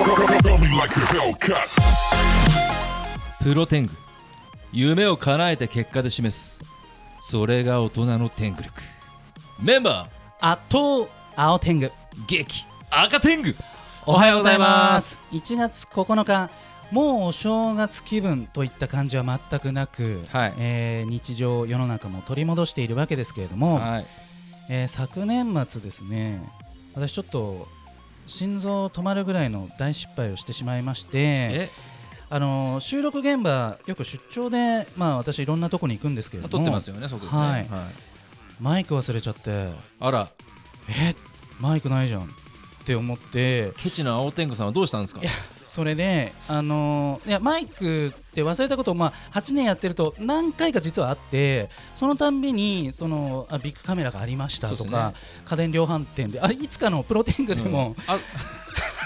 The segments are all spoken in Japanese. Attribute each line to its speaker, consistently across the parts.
Speaker 1: like a Hellcat.
Speaker 2: プロテング夢を叶えて結果で示すそれが大人の天狗力メンバ
Speaker 3: 圧倒青天狗
Speaker 2: ー激赤天狗お
Speaker 3: お
Speaker 2: はようございます
Speaker 3: 1月9日もうお正月気分といった感じは全くなく、
Speaker 2: はい
Speaker 3: えー日常世の中も取り戻しているわけですけれども、
Speaker 2: はい
Speaker 3: えー昨年末ですね私ちょっと心臓止まるぐらいの大失敗をしてしまいまして
Speaker 2: え
Speaker 3: あのー収録現場よく出張で、まあ、私いろんなとこに行くんですけれども
Speaker 2: 撮ってますよねそこでね
Speaker 3: はいマイク忘れちゃって
Speaker 2: あら
Speaker 3: えマイクないじゃんって思って
Speaker 2: ケチな青天狗さんはどうしたんですか
Speaker 3: いやそれで、あのーいやマイクって忘れたことを、まあ、8年やってると何回か実はあってそのたんびにそのあビッグカメラがありました
Speaker 2: そ
Speaker 3: と
Speaker 2: うです
Speaker 3: か、
Speaker 2: ね
Speaker 3: 家電量販店であれいつかのプロテングでも、
Speaker 2: うんあ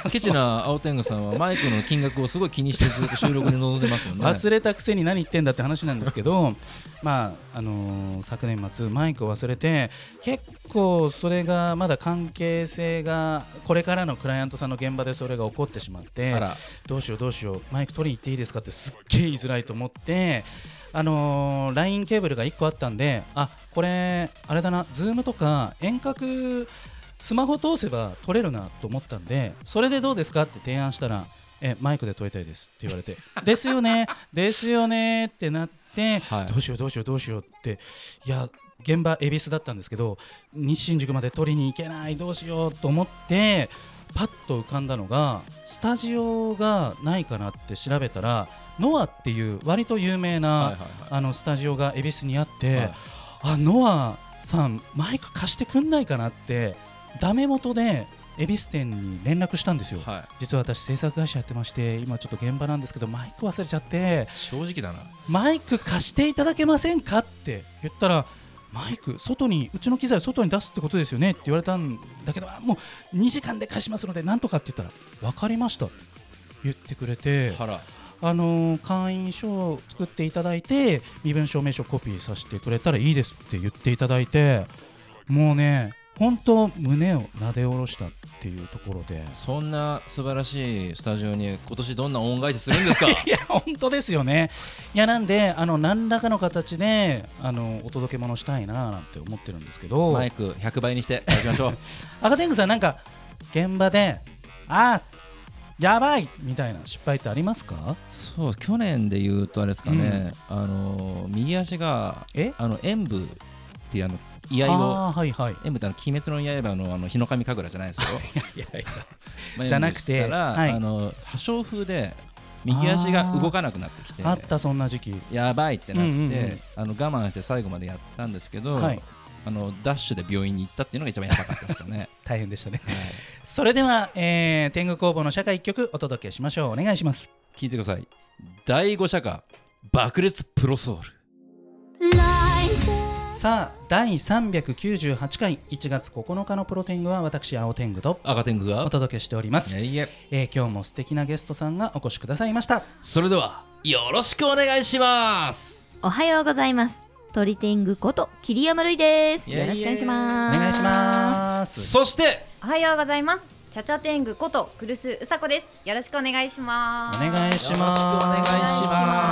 Speaker 2: ケチな青天狗さんはマイクの金額をすごい気にしてずっと収録に臨んでますもんね
Speaker 3: 忘れたくせに何言ってんだって話なんですけど まああのー昨年末マイクを忘れて結構それがまだ関係性がこれからのクライアントさんの現場でそれが起こってしまって
Speaker 2: あら
Speaker 3: どうしようどうしようマイク取りに行っていいですかってすっげえ言いづらいと思ってあのー LINE ケーブルが1個あったんであこれあれだな Zoom とか遠隔スマホ通せば取れるなと思ったんでそれでどうですかって提案したらえマイクで撮りたいですって言われて ですよねですよねってなって、
Speaker 2: はい
Speaker 3: どうしようどうしようどうしようっていや現場恵比寿だったんですけど西新宿まで取りに行けないどうしようと思ってパッと浮かんだのがスタジオがないかなって調べたらノアっていう割と有名な、
Speaker 2: はいはいはい
Speaker 3: あのスタジオが恵比寿にあって、
Speaker 2: はい
Speaker 3: あノアさんマイク貸してくんないかなってダメ元で恵比寿店に連絡したんですよ、
Speaker 2: はい
Speaker 3: 実は私制作会社やってまして今ちょっと現場なんですけどマイク忘れちゃって
Speaker 2: 正直だな
Speaker 3: マイク貸していただけませんかって言ったらマイク外にうちの機材を外に出すってことですよねって言われたんだけどあもう2時間で返しますのでなんとかって言ったら分かりました言ってくれて
Speaker 2: 腹
Speaker 3: あのー会員証を作っていただいて身分証明書コピーさせてくれたらいいですって言っていただいてもうね本当胸をなで下ろしたっていうところで
Speaker 2: そんな素晴らしいスタジオに今年どんな恩返しするんです か
Speaker 3: いや本当ですよねいやなんであの何らかの形であのお届け物したいななんて思ってるんですけど
Speaker 2: マイク100倍にしていきましょう
Speaker 3: 赤天狗さんなんか現場であやばいみたいな失敗ってありますか
Speaker 2: そう去年で言うとあれですかね、あの右足が
Speaker 3: え
Speaker 2: あの演武っていうあの居
Speaker 3: あ
Speaker 2: 合を
Speaker 3: ー はいはい
Speaker 2: 演武ってあの鬼滅の刃のあの日の神神楽じゃないですよ
Speaker 3: いやいや
Speaker 2: まあ
Speaker 3: じゃなくて
Speaker 2: 演武したら、
Speaker 3: はい
Speaker 2: あの破傷風で右足が動かなくなってきて
Speaker 3: あったそんな時期
Speaker 2: やばいってなって、
Speaker 3: うんうんうん
Speaker 2: あの我慢して最後までやったんですけど、
Speaker 3: はい
Speaker 2: あのダッシュで病院に行ったっていうのが一番やばかったですか ね、
Speaker 3: 大変でしたね
Speaker 2: はい
Speaker 3: それでは、えー天狗工房の社会一曲お届けしましょうお願いします
Speaker 2: 聞いてください第5社歌爆裂プロソウル
Speaker 3: さあ第398回1月9日のプロ天狗は私青天狗と
Speaker 2: 赤天狗が
Speaker 3: お届けしております
Speaker 2: いえいえ
Speaker 3: えー今日も素敵なゲストさんがお越しくださいました
Speaker 2: それではよろしくお願いします
Speaker 4: おはようございます。トリテングこと桐山るいです。
Speaker 2: イエイイエイ
Speaker 4: よろしくお願いし
Speaker 3: お
Speaker 4: ます。
Speaker 3: 願いします
Speaker 2: そして
Speaker 5: おはようございます。チャチャテングことクルスうさこです。よろしくお願いし
Speaker 3: お
Speaker 5: ます。
Speaker 3: 願いします
Speaker 2: よろしくお願い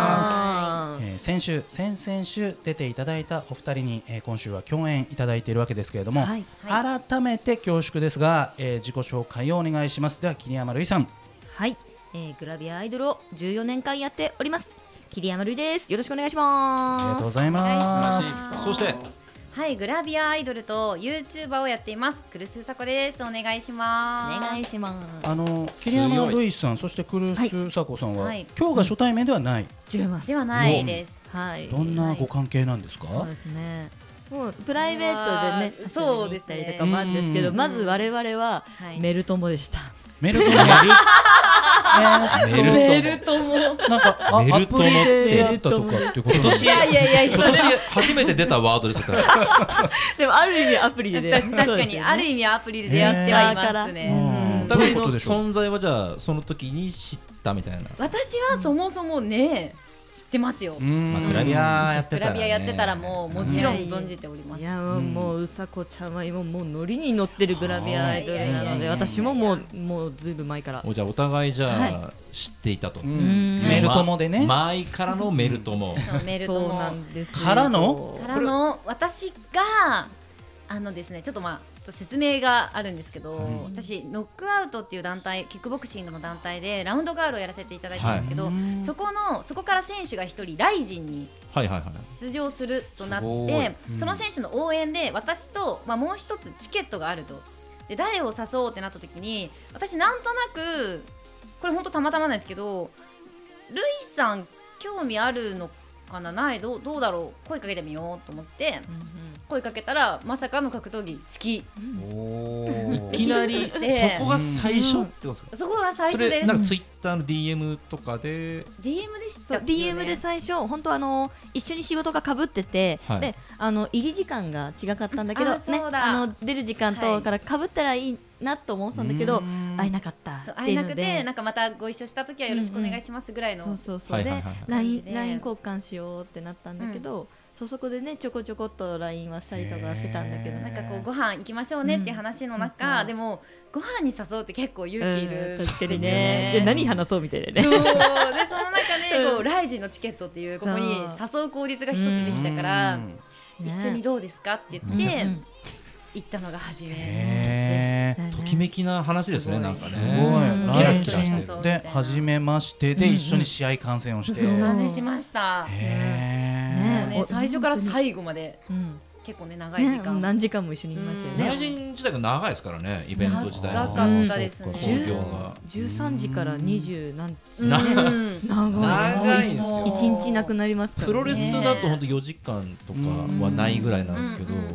Speaker 2: しま
Speaker 3: えー先週先々週出ていただいたお二人に、えー今週は共演いただいているわけですけれども、
Speaker 4: はい
Speaker 3: 改めて恐縮ですが、えー自己紹介をお願いしますでは桐山るいさん
Speaker 4: はい、えー、グラビアアイドルを14年間やっております。桐山るいです。よろしくお願いし
Speaker 3: ありが
Speaker 4: ま
Speaker 3: とうご
Speaker 4: す。
Speaker 3: ざいま
Speaker 5: あ
Speaker 3: す
Speaker 5: ー
Speaker 2: そして
Speaker 5: はい、グラビアアイドルとユーチューバーをやっています。クルスうさこです。お願いし
Speaker 4: お
Speaker 5: ます。
Speaker 4: 願いしま
Speaker 3: あの桐山
Speaker 2: 強い
Speaker 3: るいさんそしてクル
Speaker 4: はい
Speaker 3: スサコさんは、
Speaker 5: はい
Speaker 3: 今日が初対面ではない、
Speaker 4: す。違います。
Speaker 5: ではないです。
Speaker 4: はい。
Speaker 3: どんなご関係なんですか、
Speaker 4: そうですね。もうプライベートで
Speaker 5: う
Speaker 4: ね、
Speaker 5: わーそうです
Speaker 4: 遊びに行ったりと
Speaker 5: ね
Speaker 4: かもあるんですけど、
Speaker 3: うん
Speaker 4: まず我々は
Speaker 5: はい
Speaker 4: メルトモでした。
Speaker 3: メルトモえーっと
Speaker 2: メルトモメル
Speaker 4: トモ。
Speaker 3: なんかあア
Speaker 2: メルト
Speaker 3: プ
Speaker 2: モ
Speaker 3: リで出会ったとかってこと
Speaker 2: 今年
Speaker 3: なんだ
Speaker 5: いやいやいや
Speaker 2: 今年初めて出たワードですから
Speaker 4: でもある意味アプリで出会った
Speaker 5: 確かに、ある意味アプリで出会ってはいます
Speaker 3: う
Speaker 5: ね。
Speaker 3: ん
Speaker 2: お
Speaker 3: どう
Speaker 2: 互
Speaker 3: い
Speaker 2: いう
Speaker 3: こ
Speaker 2: の
Speaker 3: とでしょう
Speaker 2: 存在はじゃあその時に知ったみたいな
Speaker 5: 私はそもそもね、知ってますよ、
Speaker 2: まあ、グラビアやって
Speaker 5: グ
Speaker 2: たら、
Speaker 5: ラ
Speaker 2: ね、
Speaker 5: ビアやってたらもうもちろん存じております
Speaker 4: いやもうもううさこちゃんは今もうノリに乗ってるグラビアアイドルなの
Speaker 5: いやいやいやい
Speaker 4: で
Speaker 5: や
Speaker 4: 私ももうもうずいぶん前から
Speaker 1: おじゃあお互いじゃ
Speaker 4: は
Speaker 1: あ知っていたと、
Speaker 4: ん
Speaker 3: メルトモでね
Speaker 1: 前からのメルトモ、
Speaker 5: そうメールと
Speaker 4: そう
Speaker 5: も
Speaker 4: なんですよ
Speaker 3: からの
Speaker 5: からの私があのですねちょっとまあちょっと説明があるんですけど、私ノックアウトっていう団体キックボクシングの団体でラウンドガールをやらせていただいたんですけど、そこのそこから選手が一人ライジンに
Speaker 1: はいはいはい
Speaker 5: 出場するとなっ
Speaker 2: すご
Speaker 5: て
Speaker 2: い、
Speaker 5: その選手の応援で私と、まあ、もう一つチケットがあるとで誰を誘おうってなった時に私なんとなくこれ本当たまたまなんですけどルイさん興味あるのかなないどうどうだろう声かけてみようと思って
Speaker 4: うんうん
Speaker 5: 声かけたらまさかの格闘技好き
Speaker 2: お
Speaker 1: いきなり
Speaker 5: し
Speaker 1: そ
Speaker 5: て
Speaker 1: こが最初ってことですか、
Speaker 5: そこが最
Speaker 1: そ
Speaker 5: 初
Speaker 1: れ
Speaker 5: です
Speaker 1: なんかツイッターの DM とかで
Speaker 5: DM でし
Speaker 4: そ
Speaker 5: た
Speaker 4: う
Speaker 5: っけよね
Speaker 4: DM で最初本当あの一緒に仕事がかぶってて、
Speaker 1: はい
Speaker 4: であの入り時間が違かったんだけど
Speaker 5: あそうだ
Speaker 4: あの出る時間
Speaker 5: は
Speaker 4: と
Speaker 5: い
Speaker 4: からかぶったらいいなと思ってたんだけど、会えなかったって
Speaker 5: そう会
Speaker 4: い
Speaker 5: え
Speaker 4: う
Speaker 5: な
Speaker 4: の
Speaker 5: く
Speaker 4: で
Speaker 5: てなんかまたご一緒した時はよろしくお願いしますぐらいの、
Speaker 4: そうそうそう、
Speaker 1: はいはいはい
Speaker 4: で LINE
Speaker 5: 感じで
Speaker 4: LINE 交換しようってなったんだけど、そうそこでねちょこちょこっと LINE はしたりとかしてたんだけど、
Speaker 2: へー
Speaker 5: なんかこうご飯行きましょうねっていう話の中、
Speaker 4: うんそうそう
Speaker 5: でもご飯に誘うって結構勇気いる、
Speaker 4: うん確かに
Speaker 5: で
Speaker 4: ね
Speaker 5: す
Speaker 4: で
Speaker 5: よ
Speaker 4: 何話そうみたいな
Speaker 5: そう
Speaker 4: ね
Speaker 5: でその中でこう、ライジンのチケットっていうここに誘う口実が一つできたから、
Speaker 2: うん
Speaker 5: 一緒にどうですかって言って、
Speaker 4: うん
Speaker 5: 行ったのが初め
Speaker 3: へー
Speaker 1: ときめきな話ですね
Speaker 5: すご
Speaker 1: ないんか
Speaker 3: す
Speaker 1: ね
Speaker 3: ご
Speaker 4: うん
Speaker 3: いライジ
Speaker 1: キラキラ
Speaker 5: してる
Speaker 3: ンで初めましてで一緒に試合観戦をして
Speaker 4: うん
Speaker 5: 完成しました、
Speaker 3: へ
Speaker 5: もう
Speaker 4: ね
Speaker 5: ね、最初から最後まで
Speaker 4: うん
Speaker 5: 結構ね長い時
Speaker 4: ね、
Speaker 5: 間、
Speaker 4: 何時間も一緒にいましたよ
Speaker 5: うん
Speaker 1: ラ
Speaker 4: ね
Speaker 1: イジン自体が長いですからねイベント自体
Speaker 5: 長
Speaker 1: が
Speaker 5: かったですね
Speaker 2: うん
Speaker 1: 興行が
Speaker 4: 13時から20何時、
Speaker 5: うん
Speaker 4: ね長い
Speaker 1: 長いんです
Speaker 5: も
Speaker 1: よ
Speaker 5: う
Speaker 4: 一日なくなりますから、ね、
Speaker 1: プロレスだと本当4時間とかはないぐらいなんですけど、
Speaker 5: うんうんうん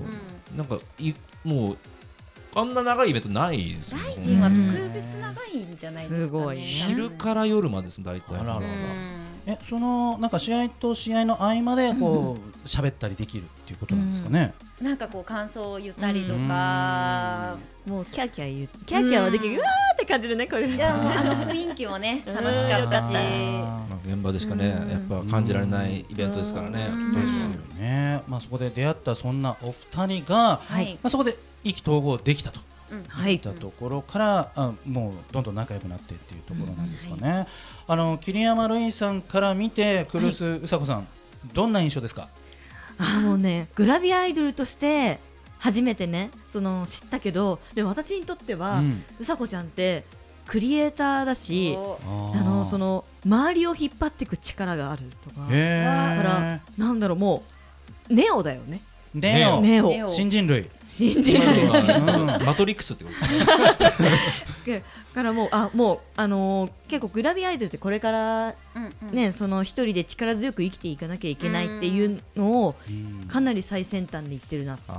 Speaker 1: なんかいもうあんな長いイベントないですよね
Speaker 5: ライジンは特別長いんじゃないですか、ね、
Speaker 4: すごいね
Speaker 1: 昼から夜までです大体
Speaker 2: あらあら
Speaker 5: うん
Speaker 3: えそのなんか試合と試合の合間でこう喋ったりできるっていうことなんですかね。
Speaker 5: なんかこう感想を言ったりとか、
Speaker 4: もうキャーキャー言うキャーキャーはできる、う
Speaker 5: うん
Speaker 4: わーって感じでねこれ
Speaker 5: いやもうあの雰囲気もね
Speaker 4: うん
Speaker 5: 楽しかったし、
Speaker 1: まあ、現場でしかね
Speaker 4: うん
Speaker 1: やっぱ感じられないイベントですからね
Speaker 5: うん
Speaker 1: きっと
Speaker 5: うん
Speaker 3: ね、まあそこで出会ったそんなお二人が、
Speaker 5: は
Speaker 4: はい
Speaker 5: い、
Speaker 3: まあそこで意気投合できたと。
Speaker 5: うん
Speaker 4: はい
Speaker 3: ったところから、あもうどんどん仲良くなってっていうところなんですかね。あの桐山瑠衣さんから見てクルスうさこさん、どんな印象ですか。
Speaker 4: あもうねグラビアアイドルとして初めてねその知ったけどでも私にとっては、う
Speaker 3: うん
Speaker 4: さこちゃんってクリエイターだし
Speaker 5: こう
Speaker 4: あのその周りを引っ張っていく力があるとか
Speaker 3: へ
Speaker 4: だからなんだろうもうネオだよね
Speaker 3: ネオ
Speaker 4: ネオ
Speaker 5: ネオ
Speaker 3: 新人類。
Speaker 4: 信じられない
Speaker 1: 今のは
Speaker 3: う
Speaker 1: マトリックスってことですね
Speaker 4: でからもうあもうあのー結構グラビアアイドルってこれから
Speaker 5: うんうん
Speaker 4: ね、その一人で力強く生きていかなきゃいけないっていうのをかなり最先端でいってるなって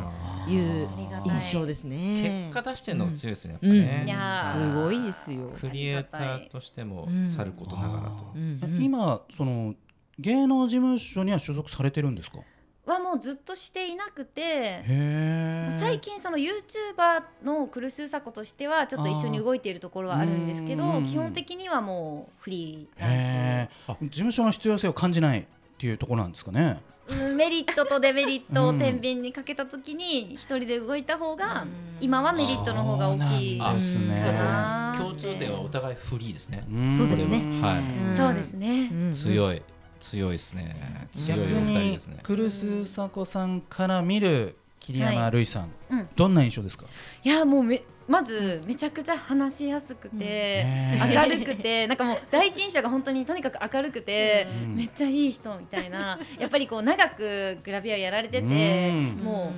Speaker 4: いう
Speaker 5: ありがたい
Speaker 4: 印象ですね。
Speaker 1: 結果出してるのが強いですねやっぱ
Speaker 4: うん
Speaker 5: い
Speaker 1: ね
Speaker 5: や
Speaker 4: すごいですよ。
Speaker 1: クリエイターとしてもさることながらと
Speaker 4: う
Speaker 3: うんえ今その芸能事務所には所属されてるんですか。
Speaker 5: はもうずっとしていなくて
Speaker 3: へえ。
Speaker 5: 最近そのユーチューバーのクルスーサコとしてはちょっと一緒に動いているところはあるんですけ
Speaker 3: あーう
Speaker 5: ど
Speaker 3: ん
Speaker 5: 基本的にはもうフリーラン
Speaker 3: へえ。事務所の必要性を感じないっていうところなんですかね。
Speaker 5: スうんメリットとデメリット
Speaker 3: う
Speaker 5: を
Speaker 3: ん
Speaker 5: 天秤にかけた時に一人で動いた方が今はメリットの方が大きい
Speaker 3: そうなんで
Speaker 5: か
Speaker 3: すね。
Speaker 5: なって
Speaker 1: 共通点はお互いフリーですね
Speaker 3: ん
Speaker 4: そうですね
Speaker 1: は
Speaker 4: う
Speaker 1: い
Speaker 4: ん
Speaker 5: そうですね
Speaker 1: 強い強いですね強
Speaker 3: 逆
Speaker 1: いお二人
Speaker 3: に
Speaker 1: ですね
Speaker 3: クルスサコさんから見る桐山瑠衣さん、
Speaker 5: はいうん
Speaker 3: どんな印象ですか、
Speaker 5: いやもうめまずめちゃくちゃ話しやすくて、
Speaker 3: ね
Speaker 5: 明るくてなんかもう第一印象が本当にとにかく明るくて、
Speaker 3: うん
Speaker 5: めっちゃいい人みた いなやっぱりこう長くグラビアやられてて、
Speaker 3: うん
Speaker 5: も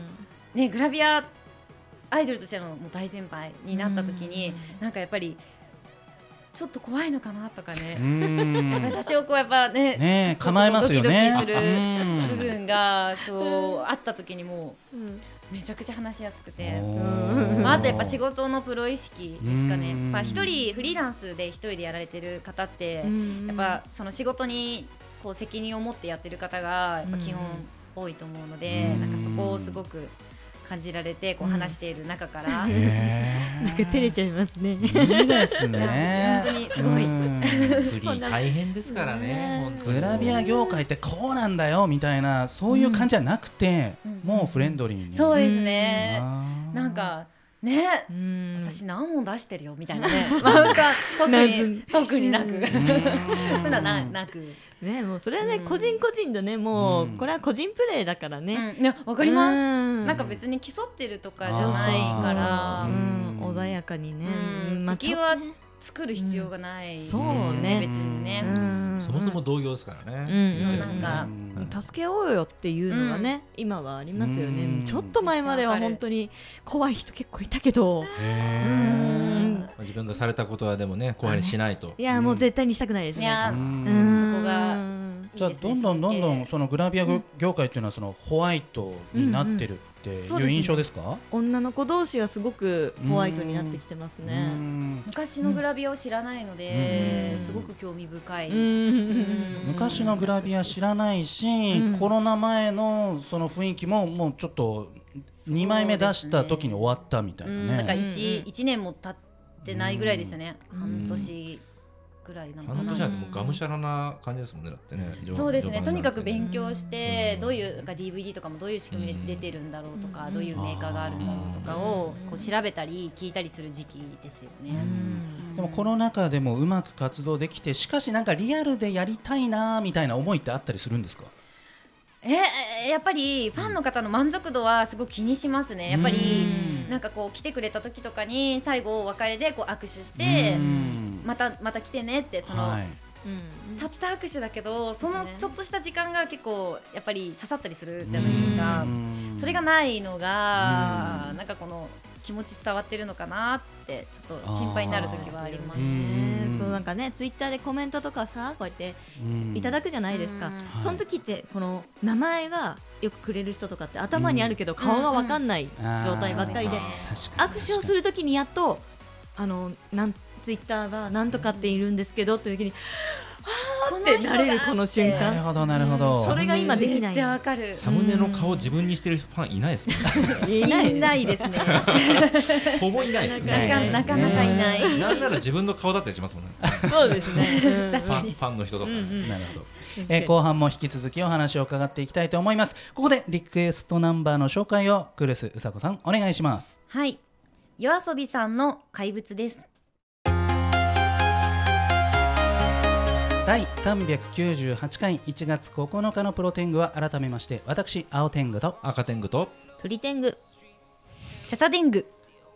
Speaker 5: うねグラビアアイドルとしてのもう大先輩になった時に、なんかやっぱりちょっと怖いのかなとか
Speaker 3: う
Speaker 5: ね、
Speaker 3: んね
Speaker 5: 私をこうやっぱね
Speaker 3: え 構えますよね
Speaker 5: ドキドキする部
Speaker 3: うん
Speaker 5: 分がそうあった時にもうめちゃくちゃ話しやすくて。
Speaker 3: おー
Speaker 5: まあ、あとやっぱ仕事のプロ意識ですかね、
Speaker 3: うん
Speaker 5: まあ、一人フリーランスで一人でやられてる方って、やっぱその仕事にこう責任を持ってやってる方がやっぱ基本多いと思うので、
Speaker 3: うん
Speaker 5: なんかそこをすごく感じられてこう話している中から、
Speaker 4: うん
Speaker 5: い
Speaker 4: なんか照れちゃいますね。
Speaker 3: いいですね
Speaker 5: や。本当にすごい、
Speaker 3: うん
Speaker 2: フリー大変ですからね、本当に
Speaker 3: グラビア業界ってこうなんだよみたいなそういう感じじゃなくて、
Speaker 5: うん
Speaker 3: もうフレンドリーに。
Speaker 5: そう
Speaker 3: う
Speaker 5: ですね、な
Speaker 3: なん
Speaker 5: かね
Speaker 4: うん
Speaker 5: 私何本出してるよみたい なね、なんか特に特になく、
Speaker 4: う
Speaker 5: そ
Speaker 4: ん
Speaker 5: ういうのはななく、
Speaker 4: ねもうそれはね、
Speaker 5: うん
Speaker 4: 個人個人でねもう、
Speaker 3: うん
Speaker 4: これは個人プレーだから
Speaker 5: う
Speaker 4: ね。
Speaker 5: ん、いやわかります、
Speaker 4: うん
Speaker 5: なんか別に競ってるとかじゃないか
Speaker 4: う
Speaker 5: ら、
Speaker 3: あー
Speaker 4: ん
Speaker 3: うん
Speaker 4: 穏やかにね。
Speaker 5: うん
Speaker 4: まあ
Speaker 5: 敵は作る必要がないですよね,、
Speaker 4: そうね
Speaker 5: 別にね、
Speaker 4: ちょっとうん
Speaker 2: そもそも同業ですからね。
Speaker 4: うん
Speaker 5: なんか
Speaker 4: 助け合おうよっていうのがね、今はありますよね、
Speaker 3: うん
Speaker 4: ちょっと前までは本当に怖い人結構いたけど、
Speaker 5: うん
Speaker 2: 自分がされたことはでもね、後輩にしないと。
Speaker 4: いやもう絶対にしたくないです
Speaker 5: い
Speaker 4: ね。
Speaker 5: や
Speaker 3: う
Speaker 5: ー、
Speaker 3: ん
Speaker 4: うん
Speaker 5: そこがい
Speaker 3: じゃあ
Speaker 5: いです
Speaker 3: ど
Speaker 5: ね
Speaker 3: んどんどんど
Speaker 5: 尊
Speaker 3: ん
Speaker 5: 敬
Speaker 3: そのグラビア業業界っていうのはそのホワイトになってるって
Speaker 4: うんうんそう
Speaker 3: い
Speaker 4: で
Speaker 3: う
Speaker 4: すね
Speaker 3: 印象ですか？
Speaker 4: 女の子同士はすごくホワイトになってきてます
Speaker 3: う
Speaker 4: ね。
Speaker 3: ん
Speaker 5: 昔のグラビアを知らないので、
Speaker 3: うん
Speaker 5: すごく興味深い、
Speaker 4: うん
Speaker 5: うん
Speaker 3: 昔のグラビア知らないし、
Speaker 4: うん
Speaker 3: コロナ前のその雰囲気ももうちょっと2枚目出した時に終わったみたい
Speaker 5: うん、な
Speaker 3: なん
Speaker 5: か
Speaker 3: ね。
Speaker 5: 一
Speaker 4: うん
Speaker 5: 一年も経ってないぐらいですよね、
Speaker 4: うん
Speaker 5: 半年ぐらいなのか
Speaker 2: 半
Speaker 5: な。
Speaker 2: 年なんてもうがむしゃらな感じですもんね、だってね。
Speaker 5: そうですねとにかく勉強し
Speaker 2: う
Speaker 5: て
Speaker 2: ん
Speaker 5: どういうなんか DVD とかもどういう仕組みで出てるんだろうとか
Speaker 4: うん
Speaker 5: どういうメーカーがあるんだろうとかを
Speaker 4: うん
Speaker 5: こう調べたり聞いたりする時期ですよね。
Speaker 3: でもコロナ禍でもうまく活動できてしかしなんかリアルでやりたいなーみたいな思いってあったりするんですか？
Speaker 5: えやっぱりファンの方の満足度はすごく気にしますね。やっぱり
Speaker 4: うん
Speaker 5: なんかこう来てくれた時とかに最後お別れでこう握手して
Speaker 3: うん
Speaker 5: またまた来てねってその
Speaker 3: はい
Speaker 4: うん
Speaker 5: たった握手だけどそのちょっとした時間が結構やっぱり刺さったりするじゃ
Speaker 3: う
Speaker 5: ないですか。
Speaker 3: ん
Speaker 5: それがないのが
Speaker 3: う
Speaker 5: なんかこの気持ち伝わってるのかなってちょっと心配になる時はあります
Speaker 3: う。ん
Speaker 4: ねそうなんかねツイッターでコメントとかさこうやっていただくじゃないですか、
Speaker 5: うん
Speaker 3: はい
Speaker 4: その時ってこの名前がよくくれる人とかって頭にあるけど顔が分かんない状態ばっかりで握手をす
Speaker 3: る
Speaker 4: る時にやっとあのなんツイッターがなんとかっているんですけどっていう時に
Speaker 5: こ
Speaker 4: ってなれるこの瞬
Speaker 3: なる
Speaker 4: 間
Speaker 3: ほどなるほど
Speaker 4: それが今でき
Speaker 5: め
Speaker 4: な
Speaker 5: っ
Speaker 4: い
Speaker 5: ちゃわかる。
Speaker 2: サムネの顔自分にしてるファンいないですもん
Speaker 4: い
Speaker 5: い
Speaker 4: ない
Speaker 5: ないですね。
Speaker 2: ね。ほぼいないですよ
Speaker 5: な
Speaker 2: ね。
Speaker 5: かなかなかいない。
Speaker 2: なんなら自分の顔だったりしますもんね。
Speaker 4: そうです ねうん
Speaker 5: 確
Speaker 2: フ
Speaker 5: か
Speaker 2: ァン
Speaker 5: に
Speaker 2: ファンの人とかね。
Speaker 4: うんうん
Speaker 3: なるほど
Speaker 4: 確か
Speaker 3: え
Speaker 4: に
Speaker 3: ー後半も引き続きお話を伺っていきたいと思いますここでリクエストナンバーの紹介をクルスうさこさんお願いします
Speaker 5: はい。夜遊びさんの怪物です。
Speaker 3: 第398回1月9日のプロテングは改めまして私青天狗と
Speaker 2: 赤天狗と
Speaker 4: 鳥天狗
Speaker 5: チャチャデング。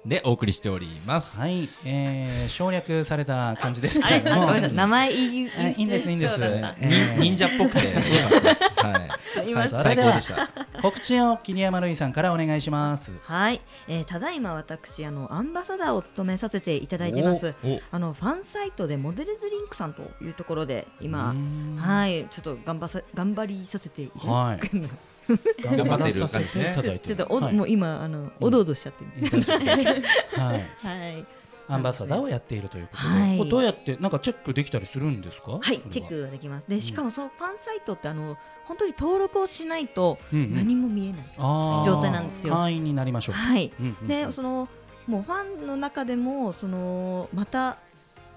Speaker 2: でお送りしております。
Speaker 3: はい、えー省略された感じですけ
Speaker 4: あ
Speaker 3: れ
Speaker 4: れ
Speaker 3: ど
Speaker 4: あ
Speaker 3: も
Speaker 4: ごめんなさい名前言い
Speaker 3: あいいんですいいんです
Speaker 5: そうだっ
Speaker 3: え
Speaker 2: に
Speaker 3: ー
Speaker 2: 忍者っぽくて良かったです。はい。
Speaker 3: 今
Speaker 2: 最高でした。
Speaker 3: 告知を桐山るいさんからお願いします
Speaker 4: はい、えー、ただいま私あのアンバサダーを務めさせていただいてます
Speaker 2: おお
Speaker 4: あのファンサイトでモデルズリンクさんというところで今はいちょっと頑張さ頑張りさせていただ
Speaker 3: はい
Speaker 4: く ち
Speaker 2: 頑張ってる感じですね
Speaker 3: いただい
Speaker 4: ょ
Speaker 3: てる
Speaker 4: っとお、
Speaker 3: はい
Speaker 4: もう今あのおどおどしちゃってる、
Speaker 3: はい
Speaker 4: はい
Speaker 3: アンバサダーをやっているということで、
Speaker 4: はい
Speaker 3: これどうやってなんかチェックできたりするんですか？
Speaker 4: はい
Speaker 3: それ
Speaker 4: チェックができますでしかもそのファンサイトってあの本当に登録をしないと
Speaker 3: うんうん
Speaker 4: 何も見えない、
Speaker 3: あー
Speaker 4: 状態なんですよ
Speaker 3: 会員になりましょう。
Speaker 4: はい
Speaker 3: うんうん
Speaker 4: でそのもうファンの中でもそのまた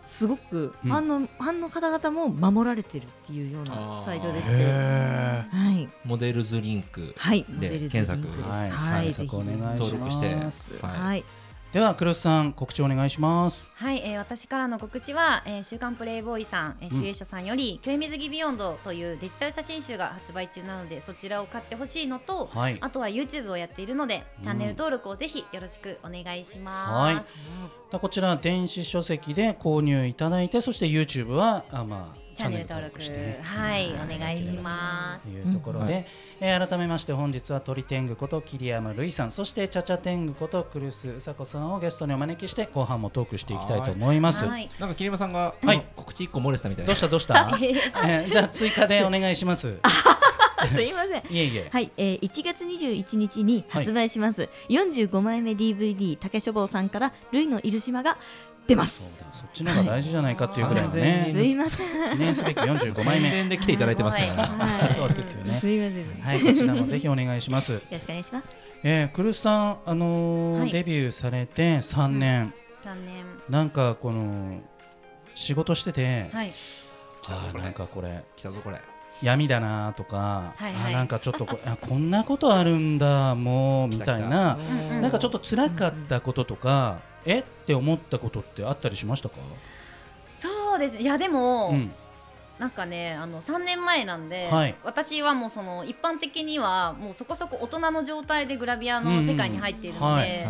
Speaker 4: すごくファンの、ファンの方々も守られてるっていうようなサイトでし
Speaker 3: へ
Speaker 4: て
Speaker 3: ー
Speaker 4: はい
Speaker 2: モデルズリンク
Speaker 4: はい
Speaker 2: で
Speaker 4: モデルズ
Speaker 2: 検索
Speaker 4: リンクです
Speaker 3: はい
Speaker 4: はい
Speaker 3: 検索お
Speaker 4: ぜひ
Speaker 3: 願いし
Speaker 2: 登録
Speaker 3: ま
Speaker 2: して
Speaker 3: す。
Speaker 2: はい
Speaker 4: はい
Speaker 3: ではクロスさん告知お願いします。
Speaker 5: はい、えー私からの告知は、えー週刊プレイボーイさん、えー
Speaker 3: うん
Speaker 5: 集英社さんより「清水着ビヨンド」というデジタル写真集が発売中なのでそちらを買ってほしいのと、
Speaker 3: はい。
Speaker 5: あとは YouTube をやっているので、
Speaker 3: うん
Speaker 5: チャンネル登録をぜひよろしくお願いします。
Speaker 3: こちら電子書籍で購入いただいて、そして YouTube はあまあ
Speaker 5: チャンネル登録、はい、お願いしま
Speaker 3: と
Speaker 5: す。
Speaker 3: いうところ
Speaker 2: うんは
Speaker 3: で、えー改めまして本日は鳥天狗こと桐山るいさんそしてチャチャ天狗ことクルスうさこさんをゲストにお招きして後半もトークしていきたいと思います。
Speaker 5: はい、
Speaker 2: なんか桐山さんが
Speaker 3: はい
Speaker 2: 告知一個漏れてたみたい
Speaker 3: ど
Speaker 2: な
Speaker 3: うし。たどうした、えーじゃあ追加でお願いします。
Speaker 4: あすいません
Speaker 3: いえいえ。
Speaker 4: はい、えー、1月21日に発売します、45枚目 DVD 竹書房さんから「ルイのいる島」がってま
Speaker 3: そう
Speaker 4: す。
Speaker 3: だそっちの方が大事じゃないかっていうぐらいの
Speaker 4: す
Speaker 3: ね、
Speaker 4: いません。
Speaker 3: 記念すべき45枚
Speaker 2: 宣
Speaker 3: 目。
Speaker 2: 伝で来ていただいてますからね。
Speaker 4: はい
Speaker 3: そうですよね
Speaker 4: すいません。よ
Speaker 3: はい、こちらもぜひお願いします。
Speaker 4: ろしくお願いします。
Speaker 3: えー、クルスさん、あのー
Speaker 5: はい
Speaker 3: デビューされて3年、
Speaker 5: 残念
Speaker 3: なんかこの仕事してて、
Speaker 5: はい
Speaker 3: あーなんかこれ
Speaker 2: 来たぞこれ。
Speaker 3: 闇だなとか、
Speaker 5: はいはい
Speaker 3: あーなんかちょっとこ あこんなことあるんだもうみたいな
Speaker 2: 来
Speaker 5: うんうん
Speaker 3: なんかちょっと辛かったこととか、えって思ったことってあったりしましたか、
Speaker 5: そうですいやでも、
Speaker 3: うん、
Speaker 5: なんかねあの3年前なんで、
Speaker 3: はい
Speaker 5: 私はもうその一般的にはもうそこそこ大人の状態でグラビア
Speaker 3: うんう
Speaker 5: の
Speaker 3: ん
Speaker 5: 世界に入っているので、
Speaker 3: はい
Speaker 2: はい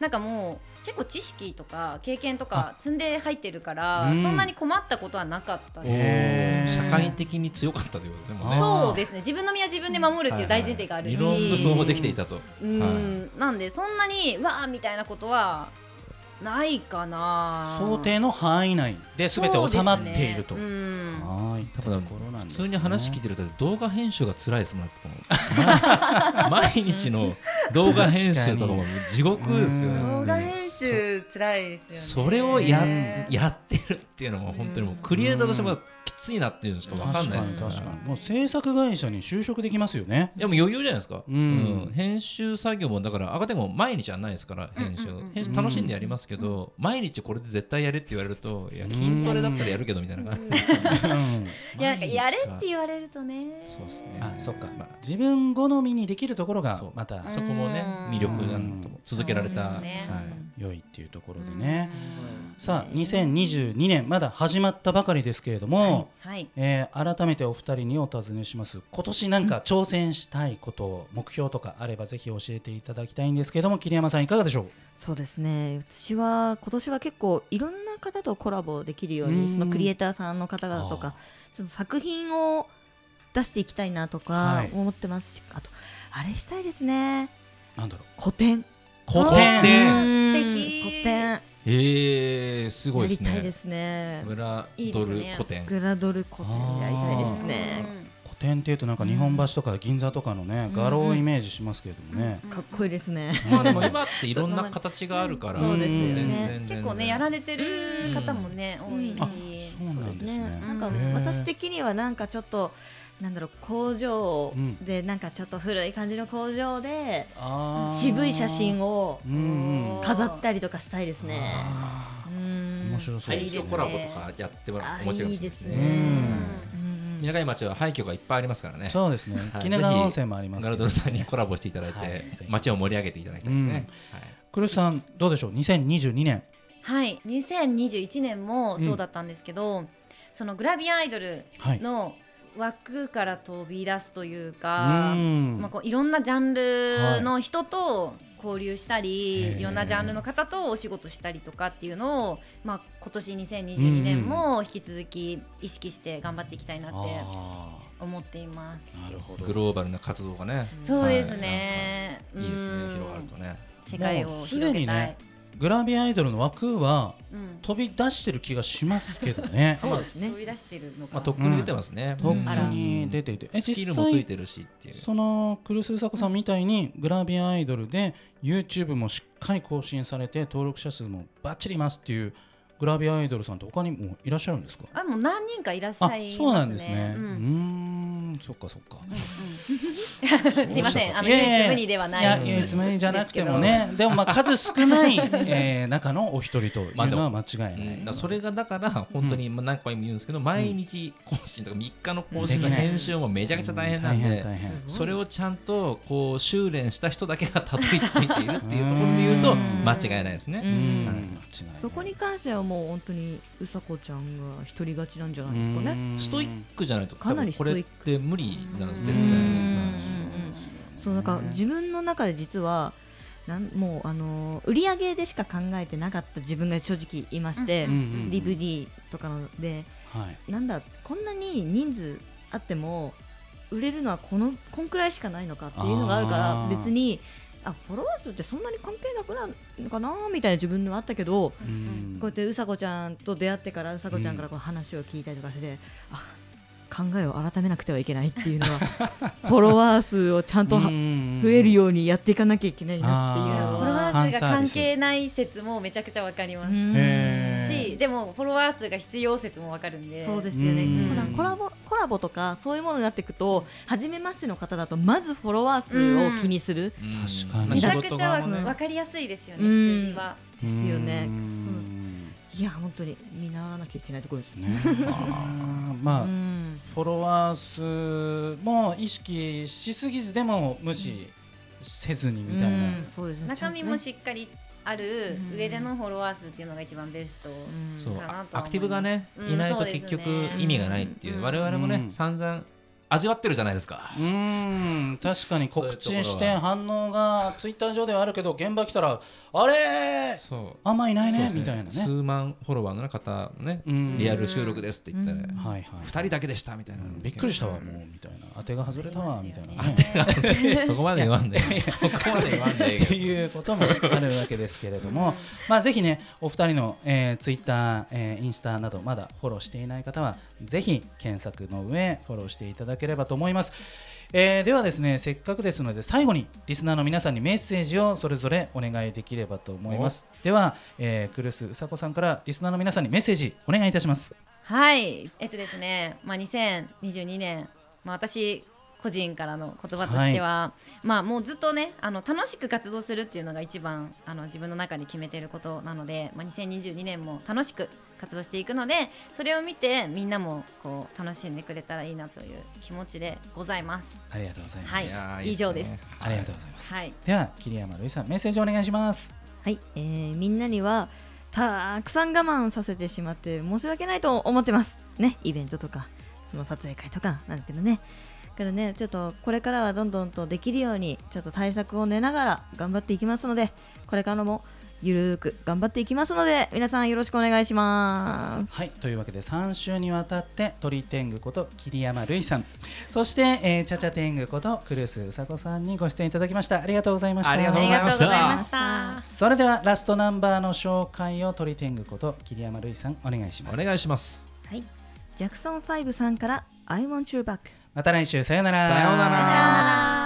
Speaker 5: なんかもう結構知識とか経験とか積んで入ってるから、
Speaker 3: うん
Speaker 5: そんなに困ったことはなかった
Speaker 2: お
Speaker 5: です。
Speaker 3: へ
Speaker 2: ー社
Speaker 3: ー
Speaker 2: 会的に強かったということですね。もうね
Speaker 5: そうですね自分の身は自分で守るっていう大前提があるし、
Speaker 2: はいはいはいいろんな
Speaker 3: う
Speaker 2: 相法できていたと。
Speaker 5: うん、
Speaker 2: は
Speaker 5: なんでそんなにうわーみたいなことはないかな
Speaker 3: 想定の範囲内で全て収まっていると。
Speaker 5: そうですねうん
Speaker 3: はい、
Speaker 2: 多分普通に話聞い
Speaker 3: て
Speaker 2: てると動画編集が辛いですもんね。もう毎日の動画編集とかも地獄ですよ
Speaker 3: うん
Speaker 2: ね。
Speaker 5: 動画編集つらいですよね
Speaker 2: それをや
Speaker 5: ね
Speaker 2: やってるっていうのも本当にもうクリエイターとしてもきついなっていうのしかわかんないです
Speaker 3: 確
Speaker 2: か。
Speaker 3: からに確かにもう制作会社に就職できます よね
Speaker 2: いやもう余裕じゃないですか、
Speaker 3: うん
Speaker 2: 編集作業もだから赤点も毎日はないですから編集,、
Speaker 5: うんうんうん
Speaker 2: 編集楽しんでやりますけど、毎日これで絶対やれって言われるといや筋トレだったらやるけどみたいな感じ、
Speaker 5: いやなんかやれって
Speaker 2: う
Speaker 5: 言われるとね
Speaker 2: そうですね
Speaker 3: あそっか
Speaker 2: まあ
Speaker 3: 自分好みにできるところが
Speaker 2: そう
Speaker 3: また
Speaker 2: そこもね
Speaker 5: うん
Speaker 2: 魅力だなと思う続けられた、
Speaker 5: そうですね
Speaker 2: はい
Speaker 3: 良いっていうところで
Speaker 5: ね
Speaker 3: ね、さあ2022年まだ始まったばかりですけれども、
Speaker 5: はい
Speaker 3: えー改めてお二人にお尋ねします今年なんか挑戦したいこと目標とかあればぜひ教えていただきたいんですけれども桐山さんいかがでしょう
Speaker 4: そうですね私は今年は結構いろんな方とコラボできるように
Speaker 3: うん
Speaker 4: そのクリエイターさんの方々とかちょっと作品を出していきたいなと
Speaker 3: は
Speaker 4: か
Speaker 3: い
Speaker 4: 思ってますし、あとあれしたいですね
Speaker 3: なんだろう
Speaker 4: 古典
Speaker 3: 古
Speaker 2: 典
Speaker 3: 典
Speaker 5: うん素敵
Speaker 4: 古典や
Speaker 2: えー、すごいで
Speaker 4: り
Speaker 2: すね
Speaker 4: たいですね
Speaker 2: グラドル古典
Speaker 4: グラドル古典やりたいですね
Speaker 3: 古典っていうとなんか日本橋とか銀座とかのね画廊をイメージしますけれどもね、
Speaker 5: うん
Speaker 4: かっこいいですね
Speaker 2: まあでも今っていろんな形があるから
Speaker 4: そう
Speaker 3: ですよね
Speaker 2: 全然
Speaker 5: 結構ねやられてる方もね
Speaker 4: うん
Speaker 5: 多い
Speaker 4: あ
Speaker 5: し
Speaker 3: そうなんですね
Speaker 4: なんか
Speaker 5: へ
Speaker 3: ー
Speaker 4: 私的にはなんかちょっとなんだろう工場
Speaker 3: うん
Speaker 4: でなんかちょっと古い感じの工場で
Speaker 3: あー
Speaker 4: 渋い写真を
Speaker 3: うんうん
Speaker 4: 飾ったりとかしたいですね。
Speaker 3: あー
Speaker 4: 面
Speaker 3: 面白そう
Speaker 2: 廃墟
Speaker 3: ですね
Speaker 2: コラボとかやってもらうの面白いかもしれないです
Speaker 4: あ
Speaker 2: ね
Speaker 4: いいですね
Speaker 5: う
Speaker 4: うん
Speaker 2: 稲貝町は廃墟がいっぱいありますからね
Speaker 3: そうですね
Speaker 2: はい
Speaker 3: 鬼怒川温泉もあります
Speaker 2: ガ
Speaker 3: け
Speaker 2: ルド
Speaker 3: ど
Speaker 2: ルさんにコラボしていただい
Speaker 3: はい
Speaker 2: て
Speaker 3: ぜひ
Speaker 2: 街を盛り上げていただきたいですねはい
Speaker 3: クルスさんどうでしょう2022年
Speaker 5: はい2021年もそうだったんですけどそのグラビアアイドル
Speaker 3: はい
Speaker 5: の枠から飛び出すというか
Speaker 3: ん
Speaker 5: まあ、こういろんなジャンルの人と交流したり、
Speaker 3: へー
Speaker 5: い、ろんなジャンルの方とお仕事したりとかっていうのを、まあ、今年2022年も引き続き意識して頑張っていきたいなって
Speaker 3: あ
Speaker 5: 思っています
Speaker 3: ー。なるほど
Speaker 2: グローバルな活動がね
Speaker 5: そうですね、
Speaker 2: いいです
Speaker 5: うん
Speaker 2: ね広がるとね
Speaker 5: 世界
Speaker 3: も
Speaker 5: を
Speaker 3: うすで
Speaker 5: 広
Speaker 3: に
Speaker 5: げたい、
Speaker 3: ねグラビアアイドルの枠は
Speaker 5: うん、
Speaker 3: 飛び出してる気がしますけど ね
Speaker 4: そうですね
Speaker 5: 飛。び出してるのか、
Speaker 2: まあとっくに出てますね
Speaker 3: 特
Speaker 2: うん
Speaker 3: に出ていてえ
Speaker 2: スキル
Speaker 3: 実
Speaker 2: もつい
Speaker 3: 際
Speaker 2: てるしっていう
Speaker 3: そのクルスーサコさんみたいにグラビアアイドルで YouTube もしっかり更新されて登録者数もバッチリいますっていうグラビアアイドルさんって他にもいらっしゃるんですか
Speaker 5: あもう何人かいらっし
Speaker 3: あ
Speaker 5: ゃいますね。
Speaker 3: そうなんですねう
Speaker 5: う
Speaker 3: ー
Speaker 5: ん
Speaker 3: んそっかそっか
Speaker 5: うん すいません、あの
Speaker 3: いやいやいや
Speaker 5: 唯一無二ではいな
Speaker 3: や
Speaker 5: い。
Speaker 3: 唯一無二じゃなくてもねでもまあ数少ない、えー中のお一人というのは間違いな
Speaker 2: う
Speaker 3: い
Speaker 2: んだからそれがだから本当にまあ何回も言うんですけど毎日更新とか3日の更新の
Speaker 3: できない
Speaker 2: 編集もめちゃくちゃ大変なん
Speaker 3: 大変
Speaker 2: で
Speaker 3: 大変
Speaker 2: それをちゃんとこう修練した人だけがたどり着いているっていうところで言うと
Speaker 3: うん
Speaker 2: 間違いないです
Speaker 4: う
Speaker 2: ね。
Speaker 3: うん
Speaker 4: ん
Speaker 3: 間違いない
Speaker 4: そこに関してはもう本当にうさこちゃんが一人勝ちなんじゃないですかね。
Speaker 3: うん
Speaker 2: ストイックじゃないと
Speaker 4: かなりス
Speaker 2: こ
Speaker 4: トイ
Speaker 2: れっ
Speaker 4: ック
Speaker 2: て無理なんです絶
Speaker 4: う
Speaker 2: 対
Speaker 4: んうんうんうんそう
Speaker 3: う
Speaker 4: なんか
Speaker 3: ね
Speaker 4: 自分の中で実はなんもうあのー売り上げでしか考えてなかった自分が正直いまして、
Speaker 3: うんうんうん
Speaker 4: DVD とかので
Speaker 3: はい
Speaker 4: なんだこんなに人数あっても売れるのはこのこんくらいしかないのかっていうのがあるか
Speaker 3: あ
Speaker 4: ら
Speaker 3: ー
Speaker 4: 別にあフォロワー数ってそんなに関係なくなるのかなみたいな自分ではあったけど、
Speaker 3: うん
Speaker 4: こうやってうさこちゃんと出会ってからうさこちゃんからこう話を聞いたりとかして、あ考えを改めなくてはいけないっていうのはフォロワー数をちゃんとは
Speaker 3: うん
Speaker 4: 増えるようにやっていかなきゃいけないなっていう
Speaker 5: フ
Speaker 4: の
Speaker 5: ォロワ
Speaker 4: は
Speaker 5: ーー数が
Speaker 3: ファンサービ
Speaker 5: 関
Speaker 3: ス
Speaker 5: 係ない説もめちゃくちゃわかります、
Speaker 3: へー
Speaker 5: しでもフォロワー数が必要説もわかるんで
Speaker 4: そうですよ
Speaker 3: うん
Speaker 4: ねほらコラボコラボとかそういうものになっていくと初めましての方だとまずフォロワー数を気にする
Speaker 3: 確かに
Speaker 5: めちゃ
Speaker 2: 仕
Speaker 5: く
Speaker 2: 事
Speaker 5: ちゃ
Speaker 2: 側
Speaker 5: わ
Speaker 2: もね
Speaker 5: 分かりやすいですよね、
Speaker 4: うん
Speaker 5: 数字は。
Speaker 4: ですよね
Speaker 3: う
Speaker 4: そ
Speaker 3: ん
Speaker 4: ういや本当に見習わなきゃいけないところですね
Speaker 3: ねあーまあ、
Speaker 4: うん
Speaker 3: フォロワー数も意識しすぎずでも無視せずにみたいな、
Speaker 4: うんそうですね
Speaker 5: 中身も
Speaker 4: ち
Speaker 5: しっかりある
Speaker 4: うん
Speaker 5: 上でのフォロワー数っていうのが一番ベスト。
Speaker 4: ゃんとね
Speaker 2: そううん
Speaker 5: かなとは思います
Speaker 2: アクティブがね
Speaker 5: うん
Speaker 2: いない
Speaker 5: そ
Speaker 2: と
Speaker 5: うです
Speaker 2: 結
Speaker 5: ね
Speaker 2: 局意味がないっていう
Speaker 5: うん
Speaker 2: 我々もね
Speaker 3: うん
Speaker 2: 散々味わってるじゃないですか
Speaker 3: うーん確かに告
Speaker 2: そうい
Speaker 3: 知
Speaker 2: うと
Speaker 3: し
Speaker 2: ころ
Speaker 3: て
Speaker 2: は
Speaker 3: 反応がツイッター上ではあるけど現場来たらあれー
Speaker 2: そう
Speaker 3: あんまいない
Speaker 2: そうで
Speaker 3: ね
Speaker 2: すね
Speaker 3: みたいな
Speaker 2: 数
Speaker 3: ね
Speaker 2: 万フォロワーの方のね
Speaker 3: うん
Speaker 2: リアル収録ですって言ったら
Speaker 4: うん
Speaker 3: はいはい
Speaker 2: 2人だけでしたみたいな
Speaker 3: うんびっくりしたわ
Speaker 5: うん
Speaker 3: もうみたいな当てが外れたわみたいな
Speaker 5: あり
Speaker 3: ね
Speaker 5: ますよね
Speaker 2: そこまで言わんでいいそこまで言わんでいい
Speaker 3: っていうこともあるわけですけれども、まあ、ぜひね、お二人の、えー、ツイッター、えーインスタなど、まだフォローしていない方は、ぜひ検索の上、フォローしていただければと思います。えーではですね、せっかくですので、最後にリスナーの皆さんにメッセージをそれぞれお願いできればと思います。では、えー、クルスうさこさんからリスナーの皆さんにメッセージお願いいたします。
Speaker 5: はい、えっとですね、まあ、2022年、まあ、私個人からの言葉としては、まあ、もうずっとねあの楽しく活動するっていうのが一番あの自分の中で決めてることなので、まあ、2022年も楽しく活動していくのでそれを見てみんなもこう楽しんでくれたらいいなという気持ちでございます。
Speaker 3: ありがとうございます。
Speaker 5: はい
Speaker 2: いやーいいっすね
Speaker 5: 以上です。
Speaker 3: ありがとうございます。
Speaker 5: はい
Speaker 3: では、桐山るいさん、メッセージお願いします。
Speaker 4: はい、えーみんなにはたくさん我慢させてしまって申し訳ないと思ってますねイベントとかその撮影会とかなんですけどねだからねちょっとこれからはどんどんとできるようにちょっと対策を練ながら頑張っていきますのでこれからもゆるーく頑張っていきますので皆さんよろしくお願いします
Speaker 3: はい、というわけで3週にわたって鳥天狗こと桐山るいさんそして、えー、ちゃちゃ天狗ことクルスうさこさんにご出演いただきましたありがとうございました
Speaker 2: ありが
Speaker 5: あ
Speaker 2: とう
Speaker 5: り
Speaker 2: ござい
Speaker 5: がと
Speaker 2: ま
Speaker 5: うご
Speaker 2: し
Speaker 5: ざ
Speaker 2: た
Speaker 5: いました。
Speaker 3: それではラストナンバーの紹介を鳥天狗こと桐山るいさんお願いしま
Speaker 2: お
Speaker 3: す
Speaker 2: 願いします
Speaker 4: はいジャクソン5さんから I want you back
Speaker 3: また来週さようなら
Speaker 2: さようなら
Speaker 5: さようなら